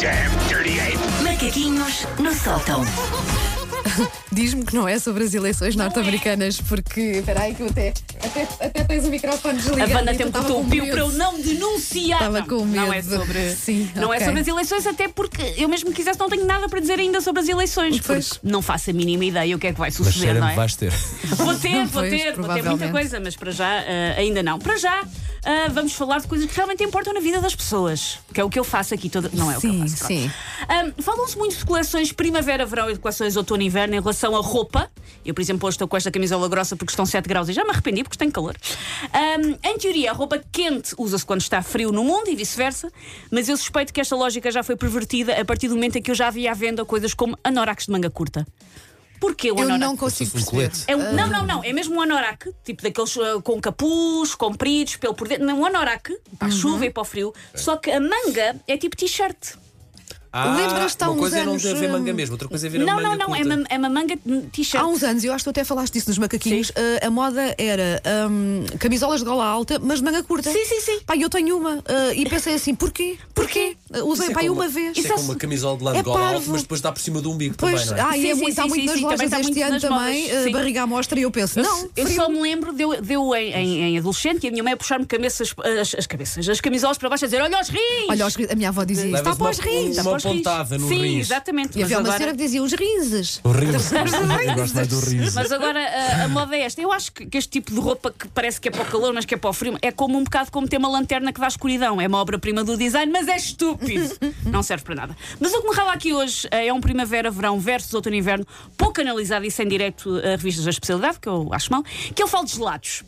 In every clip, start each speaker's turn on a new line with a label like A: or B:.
A: damn dirty ape!
B: Macaquinhos no sótão.
C: Diz-me que não é sobre as eleições norte-americanas, porque. Espera aí, que eu até, até, até tens o microfone
D: A
C: desligado.
D: banda um
C: e tu
D: tempo
C: tava
D: o
C: com
D: pio
C: medo.
D: para eu não denunciar.
C: Tava
D: Não,
C: com
D: Não é
C: medo.
D: sobre,
C: Sim,
D: não é
C: ok.
D: sobre as eleições, até porque eu mesmo quisesse não tenho nada para dizer ainda sobre as eleições.
C: Pois.
D: Porque não faço a mínima ideia o que é que vai
E: Mas
D: suceder, não
E: cheira-me
D: é?
E: vais ter.
D: Vou ter, vou
C: Pois,
D: ter, vou ter muita
C: provavelmente.
D: coisa, mas para já ah, ainda não. Para já ah, vamos falar de coisas que realmente importam na vida das pessoas, que é o que eu faço aqui toda. Não é o que eu
C: Sim,
D: faço. pronto.
C: sim.
D: Ahm, Falam-se muito de coleções primavera-verão e de coleções outono-inverno em relação à roupa. Eu, por exemplo, hoje estou com esta camisola grossa porque estão 7 graus e já me arrependi porque tenho calor. Ahm, em teoria, a roupa quente usa-se quando está frio no mundo e vice-versa, mas eu suspeito que esta lógica já foi pervertida a partir do momento em que eu já havia à venda coisas como anoraques de manga curta. Porquê o
C: Eu
D: anoraque?
C: não consigo
E: fosse um
C: perceber.
E: colete.
D: É um- não, não, não. É mesmo um anorak, tipo daqueles ah, com capuz, compridos, pelo por dentro. Não, um anorak para
C: Uhum.
D: a chuva e para o frio.
E: É.
D: Só que a manga é tipo t-shirt.
E: Ah,
C: Lembras-te há
E: uma
C: uns
E: coisa
C: anos,
E: é não ver
C: hum,
E: manga mesmo, outra coisa é ver a
D: Não,
E: manga
D: não, não. É
E: curta.
D: uma, é uma manga hum, t-shirt.
C: Há uns anos, eu acho que tu até falaste disso nos macaquinhos, eh, a moda era hum, camisolas de gola alta, mas de manga curta.
D: Sim, sim, sim.
C: Pá, eu tenho uma. eh, e pensei assim, porquê? Porquê? Eh, usei,
E: Isso é
C: pá,
E: com
C: uma vez.
E: Isso é com uma camisola de lã de
C: É
E: gola alta,
C: parvo.
E: mas depois dá por cima do umbigo
C: Pois,
E: também, não é?
C: ah, e é
D: Sim, sim,
C: muito, há
D: sim,
C: muito
D: sim,
C: nas
D: sim,
C: lojas
D: também está
C: este
D: muito
C: ano
D: nas
C: também,
D: modas,
C: eh,
D: sim.
C: barriga à mostra, e eu penso, não,
D: Eu
C: frio.
D: só me lembro, deu, deu em, em- em adolescente e a minha mãe a puxar-me cabeças, as, as cabeças, as camisolas para baixo a dizer: Olha os rins!
C: Olha, os rins- a minha avó dizia "Tá isso. Está
E: Levas
C: para os
E: uma-
C: rins.
D: Está
E: uma
D: para os rins."
E: pontada no
D: Sim,
E: rins.
D: exatamente.
C: E
D: mas
C: havia uma
D: agora-
C: senhora que dizia os rinses.
E: O riso. Eu gosto mais do riso.
D: Mas agora a, a moda é esta. Eu acho que, que este tipo de roupa que parece que é para o calor, mas que é para o frio, é como um bocado como ter uma lanterna que dá escuridão. É uma obra-prima do design, mas é estúpido. Não serve para nada. Mas o que me rala aqui hoje eh, é um primavera-verão versus outono-inverno, pouco analisado e sem direto a revistas da especialidade, que eu acho mal, que eu falo de gelados.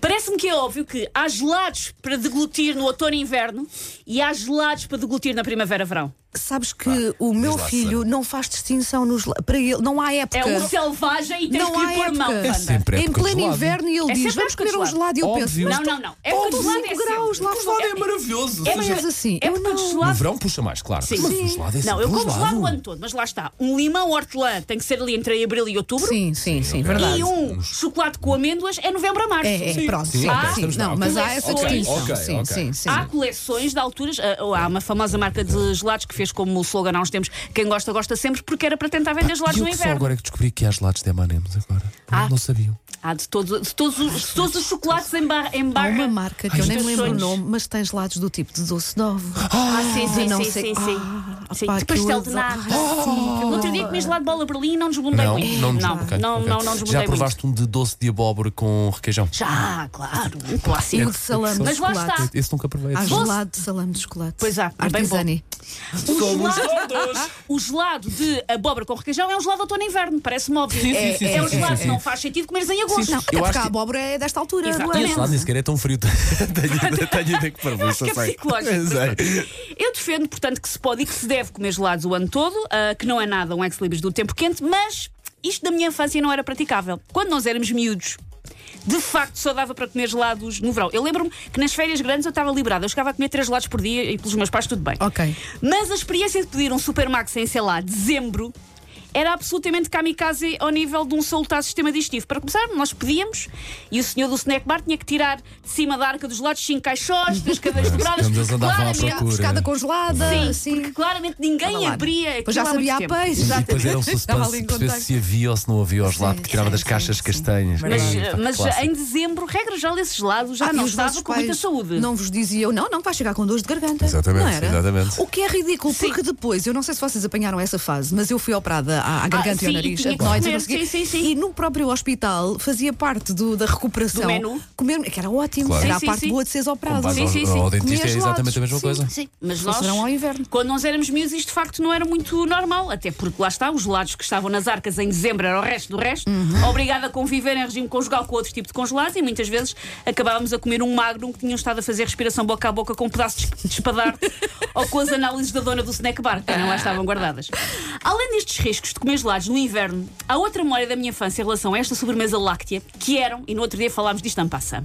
D: Parece-me que é óbvio que há gelados para deglutir no outono e inverno e há gelados para deglutir na primavera-verão.
C: Sabes que o meu
E: lá,
C: filho não faz distinção nos. la- Para ele, não há época.
D: É um selvagem e tens
C: Não
D: que
C: há
D: lhe pôr mão.
C: época. É
D: Wanda.
E: sempre
C: em
E: época de
C: pleno
E: gelado.
C: inverno e ele
D: É
C: diz:
D: sempre
C: Vamos
D: época de
C: comer um
D: gelado.
C: gelado. E eu
E: Óbvio.
C: penso:
D: Não, não, não. É
C: pá,
D: porque o gelado é
C: 5 graus
D: sempre.
C: lá
E: O gelado
C: fora.
E: é maravilhoso.
C: É
E: ou seja,
C: mais assim.
D: É
C: eu
D: porque o
C: não-
D: gelado
E: No verão puxa mais, claro.
D: Sim.
E: Mas
D: Sim.
E: o gelado é
D: Não, eu
E: sempre
D: como gelado o
E: gelado.
D: ano todo, mas lá está. Um limão hortelã tem que ser ali entre abril e outubro.
C: Sim, sim, sim,
D: E
C: verdade.
D: um chocolate com amêndoas é novembro a março.
C: É, é,
E: Sim,
C: pronto.
E: sim,
C: Sim,
E: ok,
C: sim.
E: estamos
C: Não,
E: lá,
C: mas
D: ok.
C: há essa
D: Ok,
C: distinção.
E: ok,
C: Sim,
E: ok.
C: sim, sim.
D: Há coleções de alturas. ah, ah, Há uma famosa marca de gelados que fez como slogan há uns tempos: quem gosta, gosta sempre, porque era para tentar vender gelados
E: E eu
D: no
E: que só
D: inverno.
E: agora é que descobri que há gelados de M&M's agora.
D: Ah.
E: Não sabiam.
D: Há de todos, de todos os, de todos os chocolates em barra. Em
C: Há
D: barra
C: uma marca que eu nem me lembro o
D: Estações.
C: nome, mas tem gelados do tipo de doce de ovo.
D: Ah, sim, sim,
C: não
D: sim,
C: sei-
D: sim, sim.
C: Ah,
D: Sim,
C: pá,
D: de
C: que Ah. eu
D: pastel de
C: adoro.
D: nata. No outro dia comi gelado de bola berlim e não desbundei
E: Não,
D: muito.
E: não,
D: eh, não,
E: ok,
D: não,
E: ok.
D: não, não desbundei
E: Já provaste um de doce de abóbora com requeijão?
D: muito. Já, claro, um
C: E
D: clássico.
C: o de salame de
D: Mas lá
C: chocolate.
D: está.
E: Esse nunca provei.
D: Ah,
C: Há
E: esse não.
C: gelado de salame de chocolate.
D: Pois há, é bem bom.
C: Artesani.
D: O gelado, o gelado de abóbora com requeijão é um gelado de outono e inverno, parece-me óbvio.
E: Sim, sim,
D: é,
E: sim,
D: é
E: sim,
D: um
E: sim,
D: gelado
E: sim,
D: que não
E: sim.
D: faz sentido comer em agosto.
C: Não, até
E: Eu
C: porque
E: acho
C: a
E: que-
C: abóbora é desta altura. do
D: Exato.
E: E
C: ano.
E: esse lado nem sequer é tão frio. tenho, ideia- tenho ideia que para
D: acho que é psicológico. Eu defendo, portanto, que se pode e que se deve comer gelados o ano todo, ah, que não é nada um ex-libris do tempo quente, mas isto da minha infância não era praticável. Quando nós éramos miúdos, de facto só dava para comer gelados no verão. Eu lembro-me que nas férias grandes eu estava liberada, eu chegava a comer três gelados por dia e pelos meus pais tudo bem.
C: Ok.
D: Mas a experiência de pedir um Supermax em, sei lá, dezembro. Era absolutamente kamikaze ao nível de um soltar sistema digestivo. Para começar, nós pedíamos e o senhor do snack bar tinha que tirar de cima da arca dos lados cinco caixotes, três cadeias dobradas.
E: Estamos a andar à
C: é
D: claramente-
E: procura.
C: Pescada congelada.
D: Sim,
C: assim.
D: porque claramente ninguém
C: Olha lá.
D: abria
C: Pois já
D: aquilo há
C: sabia
D: muito
C: a
D: tempo.
C: peixe. é.
E: E depois era um
C: Estava ali
E: suspense
C: em
E: de perceber
C: contacto.
E: se havia ou se não havia os gelado,
C: Sim,
E: que tirava das
C: sim,
E: caixas
C: sim,
E: castanhas.
C: Mas,
D: Mas, eh,
E: Sim, pá,
D: mas
E: clássico.
D: em dezembro, regra geral, esse gelado já
C: Ah, e
D: não
C: os
D: estava
C: vossos
D: com muita
C: pais
D: saúde.
C: Não vos diziam, não, não, vai chegar com dores de garganta.
E: Exatamente,
C: Não era?
E: exatamente.
C: O que é ridículo, porque depois, eu não sei se vocês apanharam essa fase, mas eu fui operada à, à garganta e
D: Ah, sim,
C: ao
D: e
C: nariz,
D: tinha
C: a
D: que
C: noite,
D: comer,
C: não sei o quê.
D: sim, sim, sim.
C: E no próprio hospital fazia parte do- da recuperação.
D: Do menu.
C: Comer, que era ótimo,
E: Claro.
C: era
D: Sim, sim,
C: a parte
D: sim.
C: boa de seres
E: Quando
C: operado.
E: vais
D: Sim,
E: ao-
D: sim,
E: ao
C: sim.
E: dentista é
C: Comia
E: exatamente a
C: gelados,
E: mesma
C: sim.
E: coisa.
D: Sim, mas
C: Só
D: nós,
C: serão ao inverno.
D: quando nós éramos miúdos, isto de facto não era muito normal, até porque lá está, os gelados que estavam nas arcas em dezembro era o resto do resto,
C: Uhum.
D: obrigada a conviver em regime conjugal com outro tipo de congelados e muitas vezes acabávamos a comer um magro que tinham estado a fazer respiração boca a boca com um pedaço de espadar ou com as análises da dona do snack bar, que também lá estavam guardadas. Além destes riscos, hábitos de comer gelados no inverno, há outra memória da minha infância em relação a esta sobremesa láctea, que eram, e no outro dia falámos disto en passant,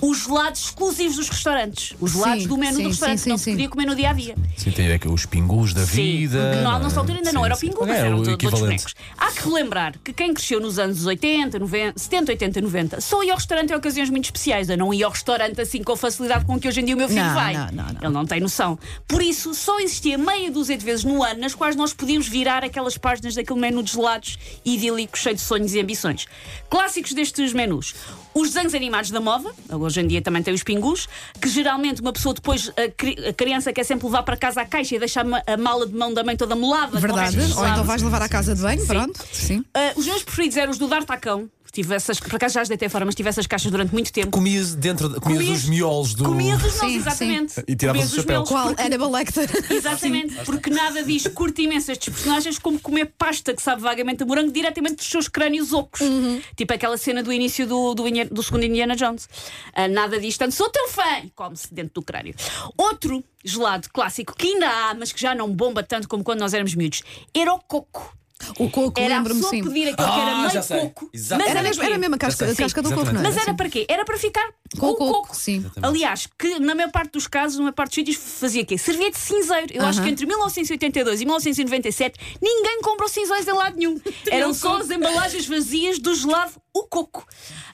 D: os gelados exclusivos dos restaurantes. Os gelados
C: Sim,
D: do menu
C: sim,
D: do restaurante,
C: sim,
D: não
C: sim,
D: se
C: sim.
D: podia comer no dia a dia.
E: Sim, tem é que os pingus da vida.
D: Sim,
E: não
D: na
E: é?
D: nossa altura ainda não
E: Sim,
D: era o
E: sim.
D: pingu,
E: É,
D: mas eram
E: o
D: todos outros
E: equivalente.
D: bonecos. Há que relembrar que quem cresceu nos anos 80, 90, 70, 80, 90, só ia ao restaurante em ocasiões muito especiais. Eu não ia ao restaurante assim com a facilidade com que hoje em dia o meu filho
C: Não,
D: vai.
C: não, não, não.
D: Ele não tem noção. Por isso, só existia meia dúzia de vezes no ano nas quais nós podíamos virar aquelas páginas daquele menu de gelados idílico, cheio de sonhos e ambições. Clássicos destes menus. Os desenhos animados da moda, hoje em dia também tem os pingus, que geralmente uma pessoa depois, a, cri- a criança quer sempre levar para casa a caixa e deixar ma- a mala de mão da mãe toda molada. com
C: Verdade.
D: restos
C: Ou
D: de
C: então
D: gelado.
C: vais levar à casa de banho, pronto. Sim.
D: Ah, os meus preferidos eram os do Dartacão. Tive essas, por acaso já as deitei fora, mas tive essas caixas durante muito tempo.
E: Comias dentro, de- comias
D: Comias-
E: os miolos do.
D: Comia dos
C: Sim,
D: meus,
C: sim.
D: exatamente.
E: E tiravas
D: Comia
E: o
D: dos
E: chapéu.
D: meus,
C: Qual?
D: porque-
C: Hannibal Lecter.
D: Exatamente, porque nada diz curto imenso estes personagens como comer pasta que sabe vagamente a morango diretamente dos seus crânios ocos.
C: Uhum.
D: Tipo aquela cena do início do, do, Inhe- do segundo Indiana Jones. Ah, nada diz tanto, sou teu fã! E come-se dentro do crânio. Outro gelado clássico que ainda há, mas que já não bomba tanto como quando nós éramos miúdos, era o coco.
C: O coco,
D: Era a
C: lembro-me
D: pessoa
C: sim.
D: pedir aquele que
E: Ah,
D: era
E: já
D: meio
E: sei.
D: coco.
E: Exato.
D: mas
C: Era
D: era
C: mesmo,
D: quê?
C: era mesmo a casca, a
E: Sim,
C: casca do coco,
E: exatamente.
C: não é? era?
D: Mas era para quê? Era para ficar
C: Com
D: com
C: o
D: o
C: coco,
D: coco.
C: sim.
E: Exatamente.
D: Aliás, que na maior parte dos casos, na maior parte dos sítios, fazia quê? Servia de cinzeiro. Eu acho
C: Aham.
D: que entre 1982 e 1997 ninguém comprou cinzeiros em lado nenhum.
C: um
D: Eram só as embalagens vazias do gelado o coco.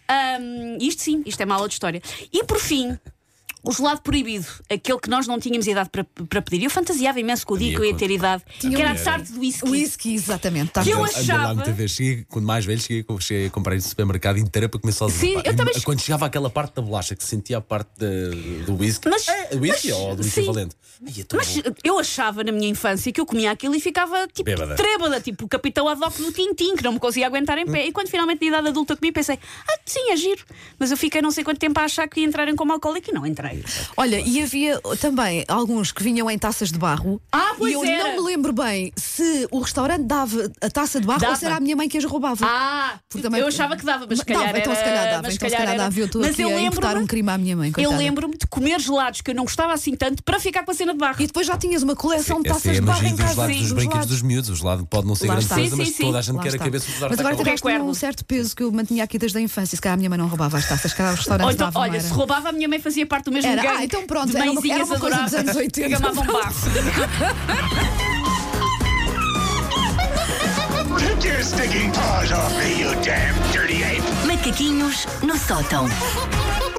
D: Ahm, isto sim, isto é uma aula de história. E por fim. O gelado proibido, aquele que nós não tínhamos idade para, para pedir. Eu fantasiava imenso com o dia
E: Havia
D: que eu ia
E: coisa.
D: ter idade, que era a
E: um-
D: tarde do whisky.
C: Whisky, exatamente. Tá
D: Que
C: bom.
D: eu
E: Andei lá
D: achava-
E: muita vez. Cheguei, quando mais velho, cheguei, cheguei a comprar em supermercado inteira para comer sozinho.
D: Sim,
E: Pá,
D: eu
E: e
D: também-
E: Quando chegava àquela parte da bolacha que se sentia a parte da- do whisky.
D: Mas-
E: É, whisky
D: mas-
E: ou do
D: sim.
E: equivalente. Ai, é tão
D: Mas
E: bom.
D: eu achava na minha infância que eu comia aquilo e ficava tipo
E: Bêbada.
D: trêbada, tipo o capitão ad hoc do Tintim, que não me conseguia aguentar em pé. E quando finalmente na idade adulta comi, pensei, ah, sim, é giro. Mas eu fiquei não sei quanto tempo a achar que ia entrar em como alcoólico e não entrei.
C: Olha, e havia também alguns que vinham em taças de barro.
D: Ah, pois
C: E eu
D: era.
C: não me lembro bem se o restaurante dava a taça de barro ou
D: Dava.
C: se era a minha mãe que as roubava.
D: Ah,
C: Porque também-
D: eu achava que dava, mas se calhar
C: dava, então
D: era-
C: se calhar dava,
D: mas
C: então se calhar
D: era-
C: dava. Eu estou
D: Mas
C: aqui
D: eu
C: a importar
D: lembro-me-
C: um crime à minha mãe, coitada.
D: Eu lembro-me de comer gelados que eu não gostava assim tanto para ficar com a cena de barro.
C: E depois já tinhas uma coleção de
E: Essa é
C: taças
E: a
C: de barro
E: magia
C: em
E: dos
C: casa.
E: lados dos
C: dos
E: brinquedos
C: lados.
E: dos miúdos. Os lados pode não ser
C: Lá
E: grande
C: está.
E: coisa,
D: Sim,
E: mas
D: sim, sim.
E: toda a gente
C: Lá
E: quer a
C: está.
E: é cabeça dos tá
C: Mas agora
D: Qualquer
C: tiveste um
D: cuervo.
C: certo peso que eu mantinha aqui desde a infância. Se calhar a minha mãe não roubava as taças, se calhar os
D: Ou
C: restaurantes
D: então,
C: davam,
D: olha,
C: era.
D: se roubava, a minha mãe fazia parte do mesmo
C: Era. Ah,
D: gangue
C: então pronto,
D: de
C: era uma- era
D: mãezinhas
C: uma coisa dos anos Então
D: adoráveis
C: 80.
D: que amavam barro.
A: Take your stinking paws off me, you damn dirty ape!
B: Macaquinhos no sótão.